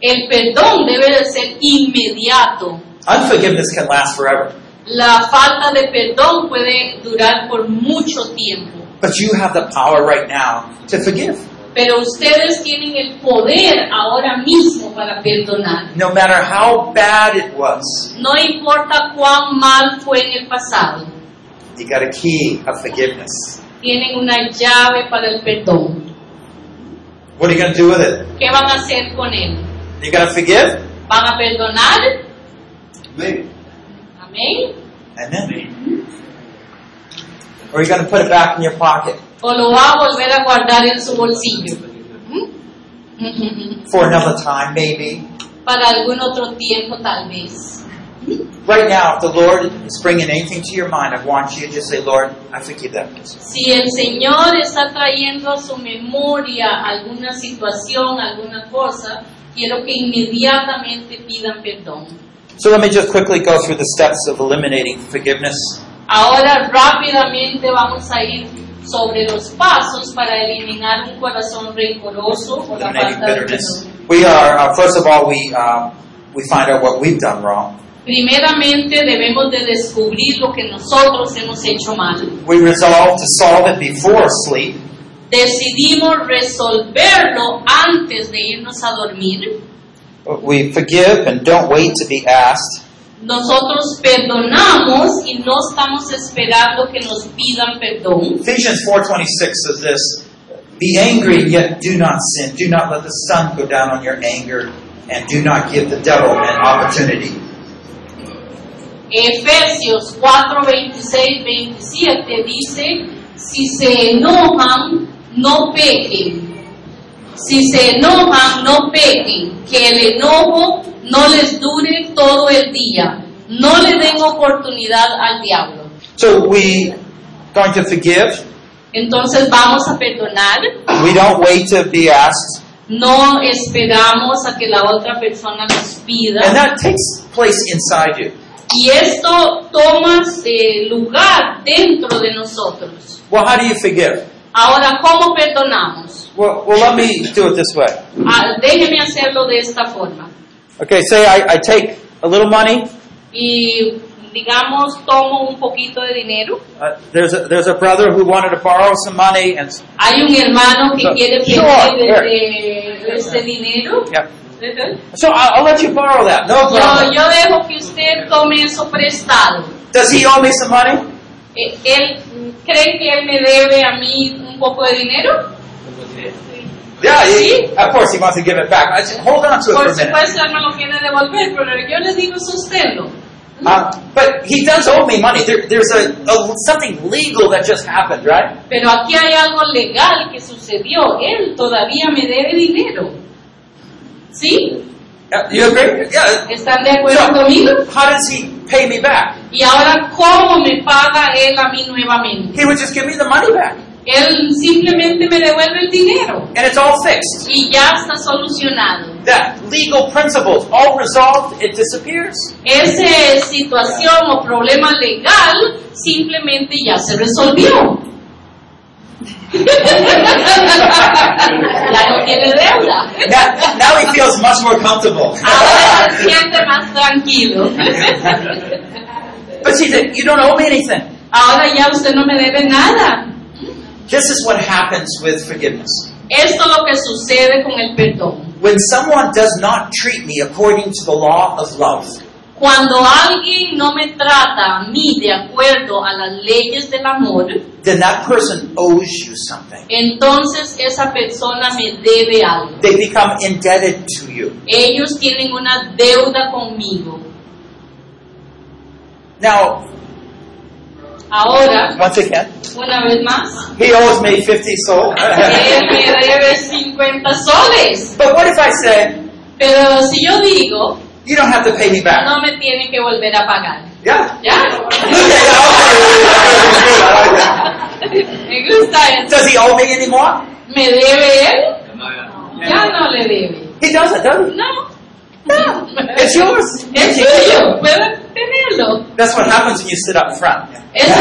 El perdón debe de ser inmediato.
Unforgiveness can last forever.
La falta de perdón puede durar por mucho tiempo,
But you have the power right now to forgive.
pero ustedes tienen el poder ahora mismo para perdonar.
No matter how bad it was,
No importa cuán mal fue en el pasado,
you got a key of forgiveness.
tienen una llave para el perdón.
What are you going to do with it?
¿Qué van a hacer con él?
You going to forgive?
¿Van a perdonar?
Maybe.
¿Amén?
Amen. Or are you going to put it back in your pocket
¿O lo va a volver a guardar en su bolsillo? ¿Mm? Ujú.
for another time, maybe?
Para algún otro tiempo tal vez.
Right now, if the Lord is bringing anything to your mind, I want you to just say, Lord, I forgive that person.
Si el Señor está trayendo a su memoria alguna situación, alguna cosa, quiero que inmediatamente pidan perdón.
So let me just quickly go through the steps of eliminating forgiveness.
Ahora rápidamente vamos a ir sobre los pasos para eliminar un corazón rencoroso o la
Eliminating
falta de
bitterness.
perdón.
We are, uh, first of all, we, um, we find out what we've done wrong.
Primeramente debemos de descubrir lo que nosotros hemos hecho mal.
We resolve to solve it before sleep.
Decidimos resolverlo antes de irnos a dormir.
We forgive and don't wait to be asked.
Nosotros perdonamos y no estamos esperando que nos pidan perdón.
Ephesians 4:26 says this: "Be angry, yet do not sin. Do not let the sun go down on your anger, and do not give the devil an opportunity."
Efesios 4, 26, 27 dice, si se enojan, no pequen. Si se enojan, no pequen. Que el enojo no les dure todo el día. No le den oportunidad al diablo.
So we going to forgive.
Entonces vamos a perdonar.
We don't wait to be asked,
No esperamos a que la otra persona nos pida.
and that takes place inside you.
Y esto toma eh, lugar dentro de nosotros.
Well, how do you forgive?
Ahora, ¿cómo perdonamos?
Well, well let me do it this way.
Ah, déjeme hacerlo de esta forma.
Okay, say I, I take a little money
Y digamos, tomo un poquito de dinero.
Uh, there's, a, there's a brother who wanted to borrow some money, and
Hay un hermano que
So,
quiere
sure,
pedir este,
sure.
este dinero.
yeah.
Ujú.
So I'll, I'll let you borrow that. No
Yo,
problem.
yo dejo que usted tome eso prestado.
Does he owe me some money?
Eh, ¿Él cree que él me debe a mí un poco de dinero?
Yeah, he, of course he wants to give it back. I said, hold on to it for
Por
a minute.
supuesto, él me lo quiere devolver, pero yo le digo sosténlo.
Uh, but he does owe me money. There, there's a, a something legal that just happened, right?
Pero aquí hay algo legal que sucedió. Él todavía me debe dinero. ¿Sí?
Uh, You agree? Yeah.
¿Están de acuerdo conmigo?
So, how does he pay me back?
Y ahora, ¿cómo me paga él a mí nuevamente?
He would just give me the money back,
Él simplemente me devuelve el dinero
and it's all fixed.
y ya está solucionado.
That legal principles, all resolved, it disappears.
Esa situación o problema legal simplemente ya se resolvió. ya no tiene deuda.
Now, now he feels much more comfortable.
Ahora se siente más tranquilo.
But she said, You don't owe me anything.
Ahora ya usted no me debe nada.
This is what happens with forgiveness.
Esto es lo que sucede con el perdón.
When someone does not treat me according to the law of love,
Cuando alguien no me trata a mí de acuerdo a las leyes del amor,
then that person owes you something.
entonces esa persona me debe algo.
They become indebted to you.
Ellos tienen una deuda conmigo.
Now,
Ahora,
once again,
una vez más,
he owes me 50 soul.
él me debe 50 soles.
but what if I say,
Pero si yo digo,
You don't have to pay me back?
no me tiene que volver a pagar.
Yeah.
¿Ya?
Okay, yeah, okay, okay, okay, okay, okay.
Me gusta eso.
Does he owe me anymore?
¿Me debe él? Ya no le debe.
He doesn't, does he?
No. No.
It's yours.
Es suyo, pueden tenerlo.
That's what happens when you sit up front.
Eso,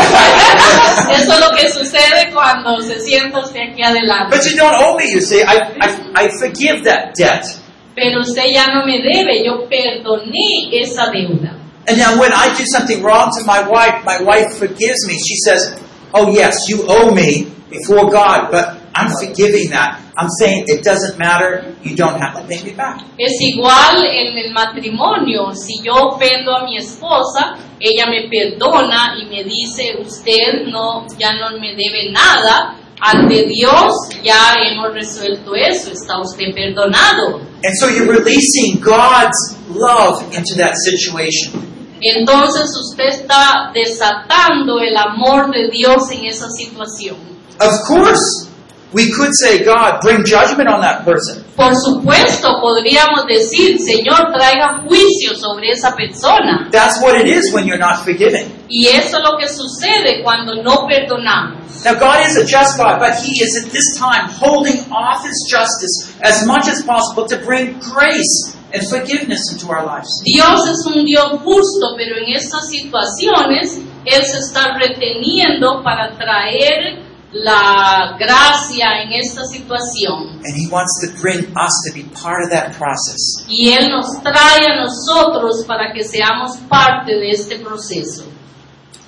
eso es lo que sucede cuando se sienta usted aquí adelante.
But you don't owe me, you see. I, I, I forgive that debt.
Pero usted ya no me debe, yo perdoné esa deuda.
And now when I do something wrong to my wife, my wife forgives me. She says, Oh, yes, you owe me before God, but I'm forgiving that. I'm saying it doesn't matter. You don't have to pay me back.
Es igual en el matrimonio, si yo ofendo a mi esposa, ella me perdona y me dice, usted no, ya no me debe nada, ante Dios ya hemos resuelto eso, está usted perdonado.
And so you're releasing God's love into that situation.
Entonces usted está desatando el amor de Dios en esa situación.
Of course, we could say, God, bring judgment on that person.
Por supuesto, podríamos decir, Señor, traiga juicio sobre esa persona.
That's what it is when you're not forgiving.
Y eso es lo que sucede cuando no perdonamos.
Now, God is a just God, but He is at this time holding off His justice as much as possible to bring grace and forgiveness into our lives.
Dios es un Dios justo, pero en estas situaciones Él se está reteniendo para traer la gracia en esta situación.
And He wants to bring us to be part of that process.
Y Él nos trae a nosotros para que seamos parte de este proceso.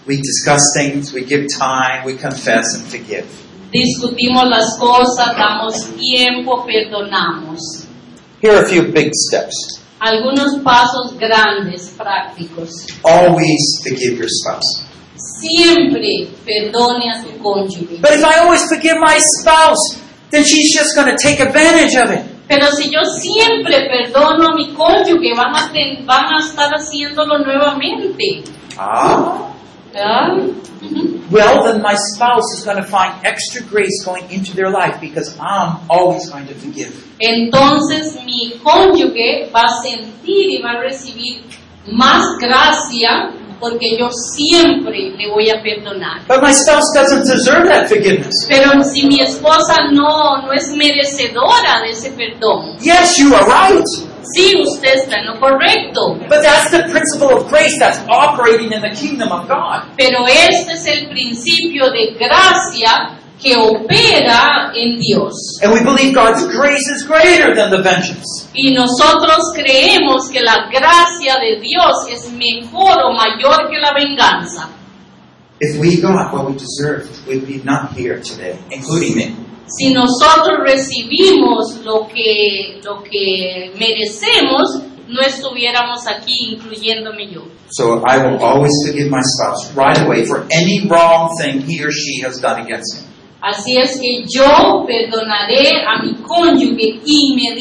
We discuss things, we give time, we confess and forgive.
Discutimos las cosas, damos tiempo, perdonamos.
Here are a few big steps.
Algunos pasos grandes, prácticos.
Always forgive your spouse.
Siempre perdone a su cónyuge.
But if I always forgive my spouse, then she's just going to take advantage of it.
Pero si yo siempre perdono a mi cónyuge, van a, ten- van a estar haciéndolo nuevamente.
Ah.
¿verdad? Ujú.
Well, then my spouse is going to find extra grace going into their life because I'm always going to forgive.
Entonces mi cónyuge va a sentir y va a recibir más gracia porque yo siempre le voy a perdonar.
But my spouse doesn't deserve that forgiveness.
Pero si mi esposa no, no es merecedora de ese perdón,
Yes, you are right.
Sí, usted está en lo correcto,
But that's the principle of grace that's operating in the kingdom of God.
pero este es el principio de gracia que opera en Dios.
And we believe God's grace is greater than the vengeance.
Y nosotros creemos que la gracia de Dios es mejor o mayor que la venganza.
If we got what we deserved, we'd be not here today, including me.
Si nosotros recibimos lo que, lo que merecemos, no estuviéramos aquí, incluyéndome yo.
So I will always forgive my spouse right away for any wrong thing he or she has done against me.
Así es que yo perdonaré a mi cónyuge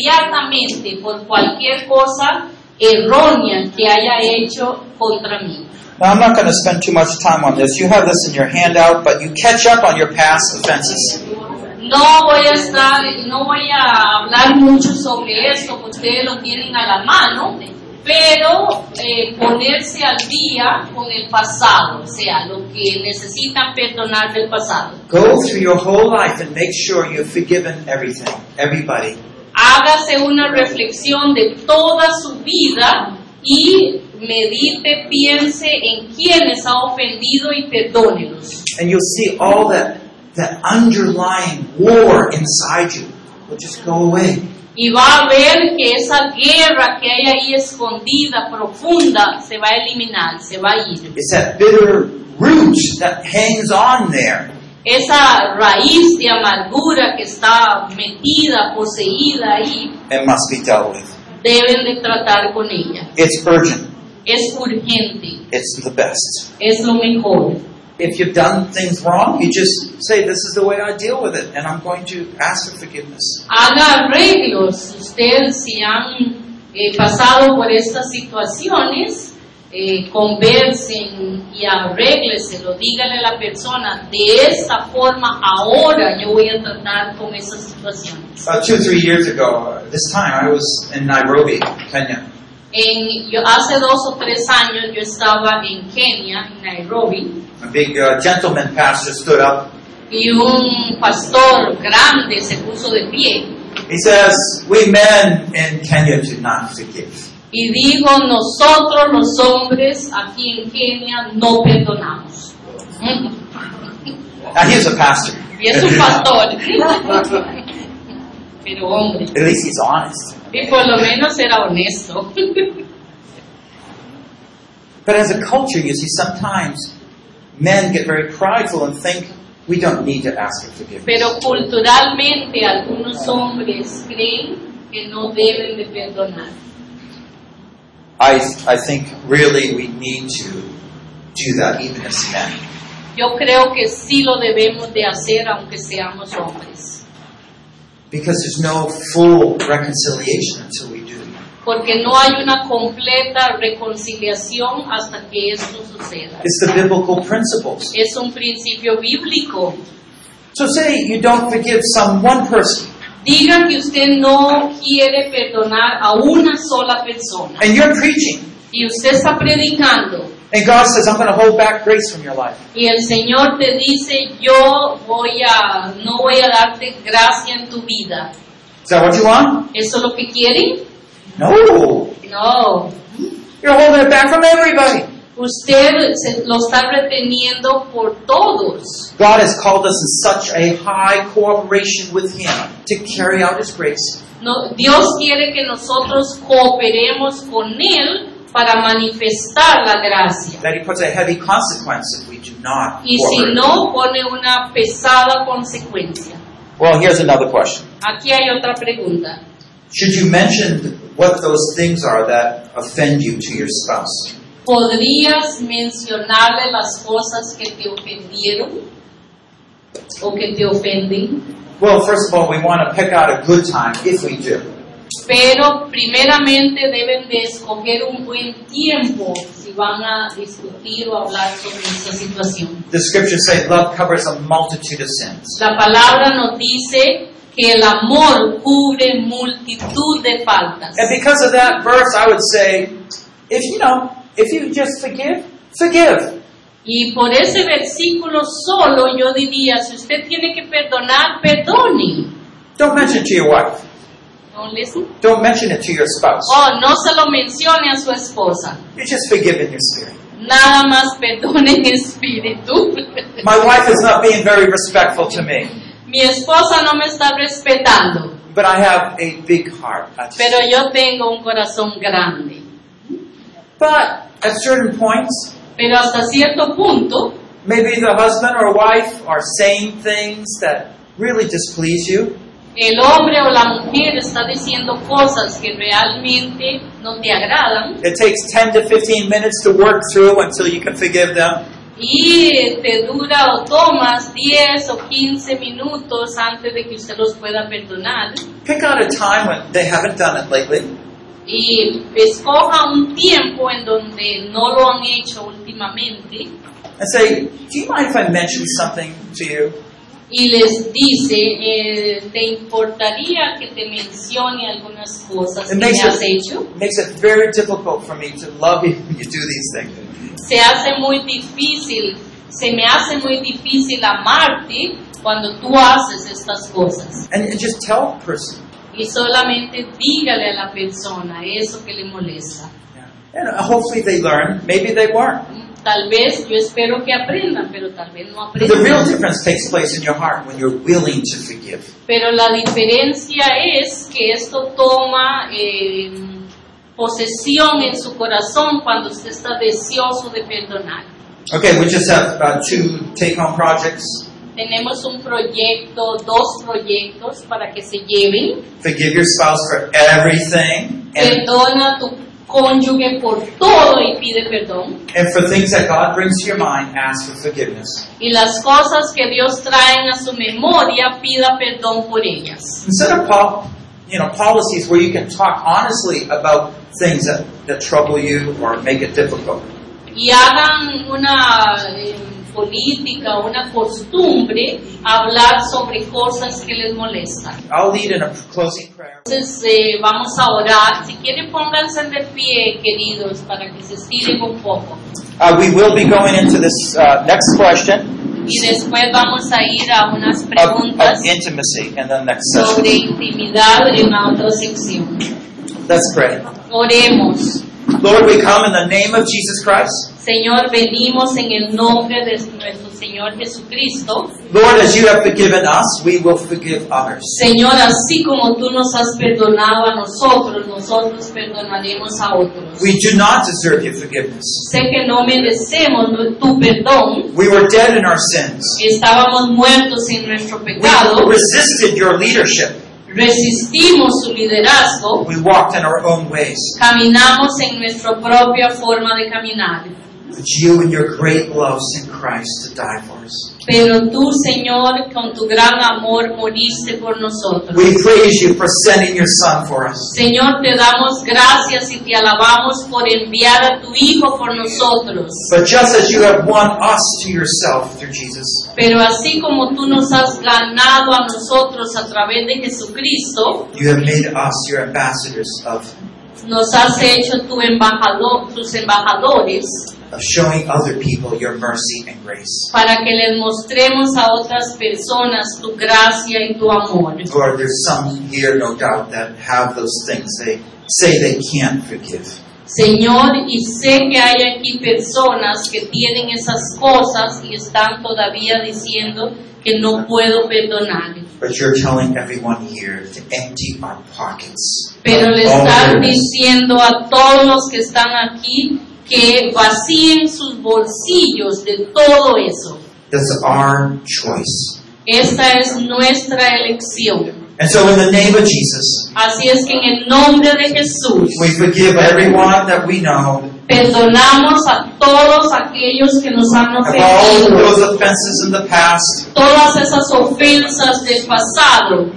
inmediatamente por cualquier cosa errónea que haya hecho contra mí.
Now, I'm not going to spend too much time on this. You have this in your handout, but you catch up on your past offenses.
No voy a estar, no voy a hablar mucho sobre esto, porque ustedes lo tienen a la mano, pero eh, ponerse al día con el pasado, o sea, lo que necesitan perdonar del pasado.
Go through your whole life and make sure you've forgiven everything, everybody.
Hágase una reflexión de toda su vida y medite, piense en quienes ha ofendido y perdónelos.
And you'll see all that, that underlying war inside you will just go away.
Y va a ver que esa guerra que hay ahí escondida, profunda, se va a eliminar, se va a ir.
It's that bitter root that hangs on there.
Esa raíz de amargura que está metida, poseída ahí,
and must be dealt with.
deben de tratar con ella.
It's urgent.
Es urgente,
It's the best.
es lo mejor.
If you've done things wrong, you just say, This is the way I deal with it, and I'm going to ask for forgiveness.
haga arreglos. Ustedes si han eh, pasado por estas situaciones, eh, conversen y arrégleselo. Díganle a la persona, de esta forma ahora yo voy a tratar con esa situación.
About two or three years ago, uh, this time I was in Nairobi, Kenya,
En, yo, hace dos o tres años yo estaba en Kenia, en Nairobi,
a big uh, gentleman pastor stood up.
y un pastor grande se puso de pie
He says, We men in Kenya do not forgive.
y dijo, nosotros los hombres aquí en Kenia no perdonamos. Mm.
Now, he's a pastor.
Y es un pastor. Pero hombre,
At least he's honest.
y por lo menos era honesto.
But as a culture, you see, sometimes men get very prideful and think we don't need to ask for forgiveness.
Pero culturalmente algunos hombres creen que no deben de perdonar.
I, I think really we need to do that even as men.
Yo creo que sí lo debemos de hacer aunque seamos hombres.
Because there's no full reconciliation until we do.
Porque no hay una completa reconciliación hasta que esto suceda.
It's the biblical principles.
Es un principio bíblico.
So say you don't forgive some one person,
Diga que usted no quiere perdonar a una sola persona.
and you're preaching,
y usted está predicando
and God says, I'm going to hold back grace from your life.
y el Señor te dice, yo voy a, no voy a darte gracia en tu vida.
Is that what you want?
¿Eso es lo que quieren?
No.
No.
You're holding it back from everybody.
Usted se- lo está reteniendo por todos.
God has called us in such a high cooperation with Him to carry out His grace.
No, Dios quiere que nosotros cooperemos con Él para manifestar la gracia.
That He puts a heavy consequence if we do not.
Y si
cooperate.
no, pone una pesada consecuencia.
Well, here's another question.
Aquí hay otra pregunta.
Should you mention what those things are that offend you to your spouse?
¿Podrías mencionarle las cosas que te ofendieron o que te ofenden?
Well, first of all, we want to pick out a good time if we do.
Pero primeramente deben de escoger un buen tiempo si van a discutir o hablar sobre esa situación.
The scriptures say love covers a multitude of sins.
La palabra nos dice que el amor cubre multitud de faltas.
And because of that verse, I would say, if you know, if you just forgive, forgive.
Y por ese versículo solo yo diría, si usted tiene que perdonar, perdone.
Don't mention it to your wife.
¿No listen?
Don't mention it to your spouse.
Oh, no se lo mencione a su esposa.
You just forgive in your spirit.
nada más perdón en espíritu.
My wife is not being very respectful to me,
Mi esposa no me está respetando,
but I have a big heart. That's-
pero yo tengo un corazón grande.
But at certain points,
Pero hasta cierto punto,
maybe the husband or wife are saying things that really displease you,
el hombre o la mujer está diciendo cosas que realmente no te agradan
It takes 10 to 15 minutes to work through until you can forgive them.
y te dura o tomas 10 o 15 minutos antes de que usted los pueda perdonar.
Pick out a time when they haven't done it lately
Y escoja un tiempo en donde no lo han hecho últimamente
and say, Do you mind if I mention something to you?
y les dice, eh, ¿te importaría que te mencione algunas cosas que
It
me
makes
has hecho?
it, makes it very difficult for me to love you when you do these things.
Se hace muy difícil, se me hace muy difícil amarte cuando tú haces estas cosas.
And, and just tell the person.
Y solamente dígale a la persona eso que le molesta.
Yeah. And uh, hopefully they learn. Maybe they weren't.
Tal vez, yo espero que aprendan, pero tal vez no
The real
aprendan.
difference takes place in your heart when you're willing to forgive.
Pero la diferencia es que esto toma eh, posesión en su corazón cuando usted está deseoso de perdonar.
Okay, we just have uh, two take home projects
Tenemos un proyecto, dos proyectos para que se lleven.
forgive your spouse for everything and
Perdona a tu cónyuge por todo y pide perdón.
And for things that God brings to your mind, ask for forgiveness.
Y las cosas que Dios trae a su memoria, pida perdón por ellas.
And set up pol- you know, policies where you can talk honestly about things that, that trouble you or make it difficult.
y hagan una eh, política, una costumbre hablar sobre cosas que les molestan.
I'll lead in a closing prayer.
Entonces eh, vamos a orar. Si quieren pónganse de pie, queridos, para que se estiren un poco.
Uh, we will be going into this uh, next question
Y después vamos a ir a unas
of,
preguntas
of intimacy in the next
sobre
session.
intimidad en la otra sección.
Let's pray.
Oremos.
Lord, we come in the name of Jesus Christ.
Señor, venimos en el nombre de nuestro Señor Jesucristo.
Lord, as you have forgiven us, we will forgive others.
Señor, así como tú nos has perdonado a nosotros, nosotros perdonaremos a otros.
We do not deserve your forgiveness.
Sé que no merecemos no- tu perdón,
We were dead in our sins.
estábamos muertos en nuestro
We
pecado,
resisted your leadership.
resistimos su liderazgo,
We walked in our own ways.
caminamos en nuestra propia forma de caminar.
But you and your great love sent Christ to die for us.
Pero tú, Señor, con tu gran amor moriste por nosotros.
We praise you for sending your Son for us.
Señor, te damos gracias y te alabamos por enviar a tu Hijo por nosotros.
But just as you have won us to yourself through Jesus,
Pero así como tú nos has ganado a nosotros a través de Jesucristo,
you have made us your ambassadors of,
nos has hecho tu embajador, tus embajadores
of showing other people your mercy and grace.
para que les mostremos a otras personas tu gracia y tu amor.
Lord, there's some here, no doubt, that have those things they say they can't forgive.
Señor, y sé que hay aquí personas que tienen esas cosas y están todavía diciendo que no puedo perdonar.
But you're telling everyone here to empty our pockets.
Pero
of
le
all
están
bitterness.
diciendo a todos los que están aquí que vacíen sus bolsillos de todo eso.
That's our choice.
Esta es nuestra elección.
And so, in the name of Jesus,
Así es que en el nombre de Jesús
we forgive everyone that we know
perdonamos a todos aquellos que nos han
of all those
ofendido,
offenses in the past.
todas esas ofensas del pasado,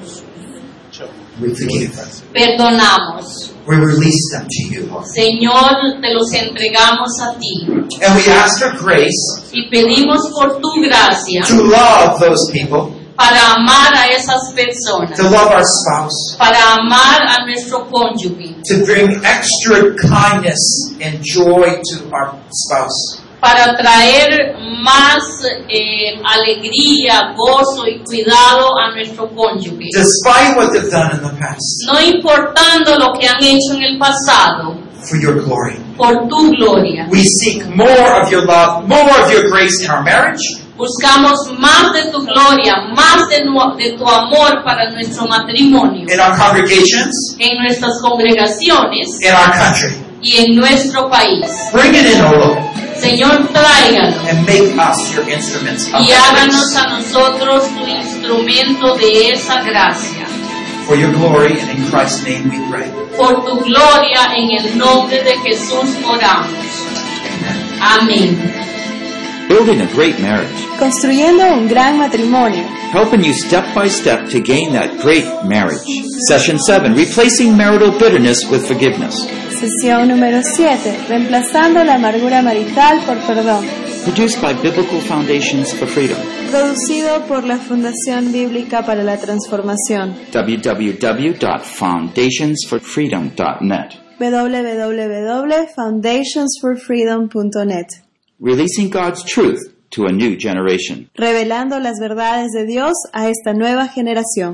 We forgive them.
perdonamos.
We release them to you, Lord.
Señor, te los entregamos a ti
And we ask for grace
y pedimos por tu gracia
to love those people,
para amar a esas
to
personas,
love our spouse,
para amar a nuestro cónyuge,
to bring extra kindness and joy to our spouse.
para traer más eh, alegría, gozo y cuidado a nuestro cónyuge.
Despite what they've done in the past,
No importando lo que han hecho en el pasado,
for your glory.
por tu gloria.
We seek more of your love, more of your grace in our marriage,
Buscamos más de tu gloria, más de, nu- de tu amor para nuestro matrimonio,
in our congregations,
en nuestras congregaciones
in our country.
y en nuestro país.
Bring it in, O Lord,
Señor, tráiganos
and make us your instruments of
y háganos
grace
a nosotros tu instrumento de esa gracia.
for your glory, and in Christ's name we pray.
Por tu gloria, en el nombre de Jesús oramos. Amén.
Building a great marriage,
construyendo un gran matrimonio.
helping you step by step to gain that great marriage. Session 7 Replacing marital bitterness with forgiveness.
Sesión número 7. Reemplazando la amargura marital por perdón.
Produced by Biblical Foundations for Freedom.
Producido por la Fundación Bíblica para la Transformación.
www.foundationsforfreedom.net.
www.foundationsforfreedom.net.
Releasing God's truth to a new generation.
Revelando las verdades de Dios a esta nueva generación.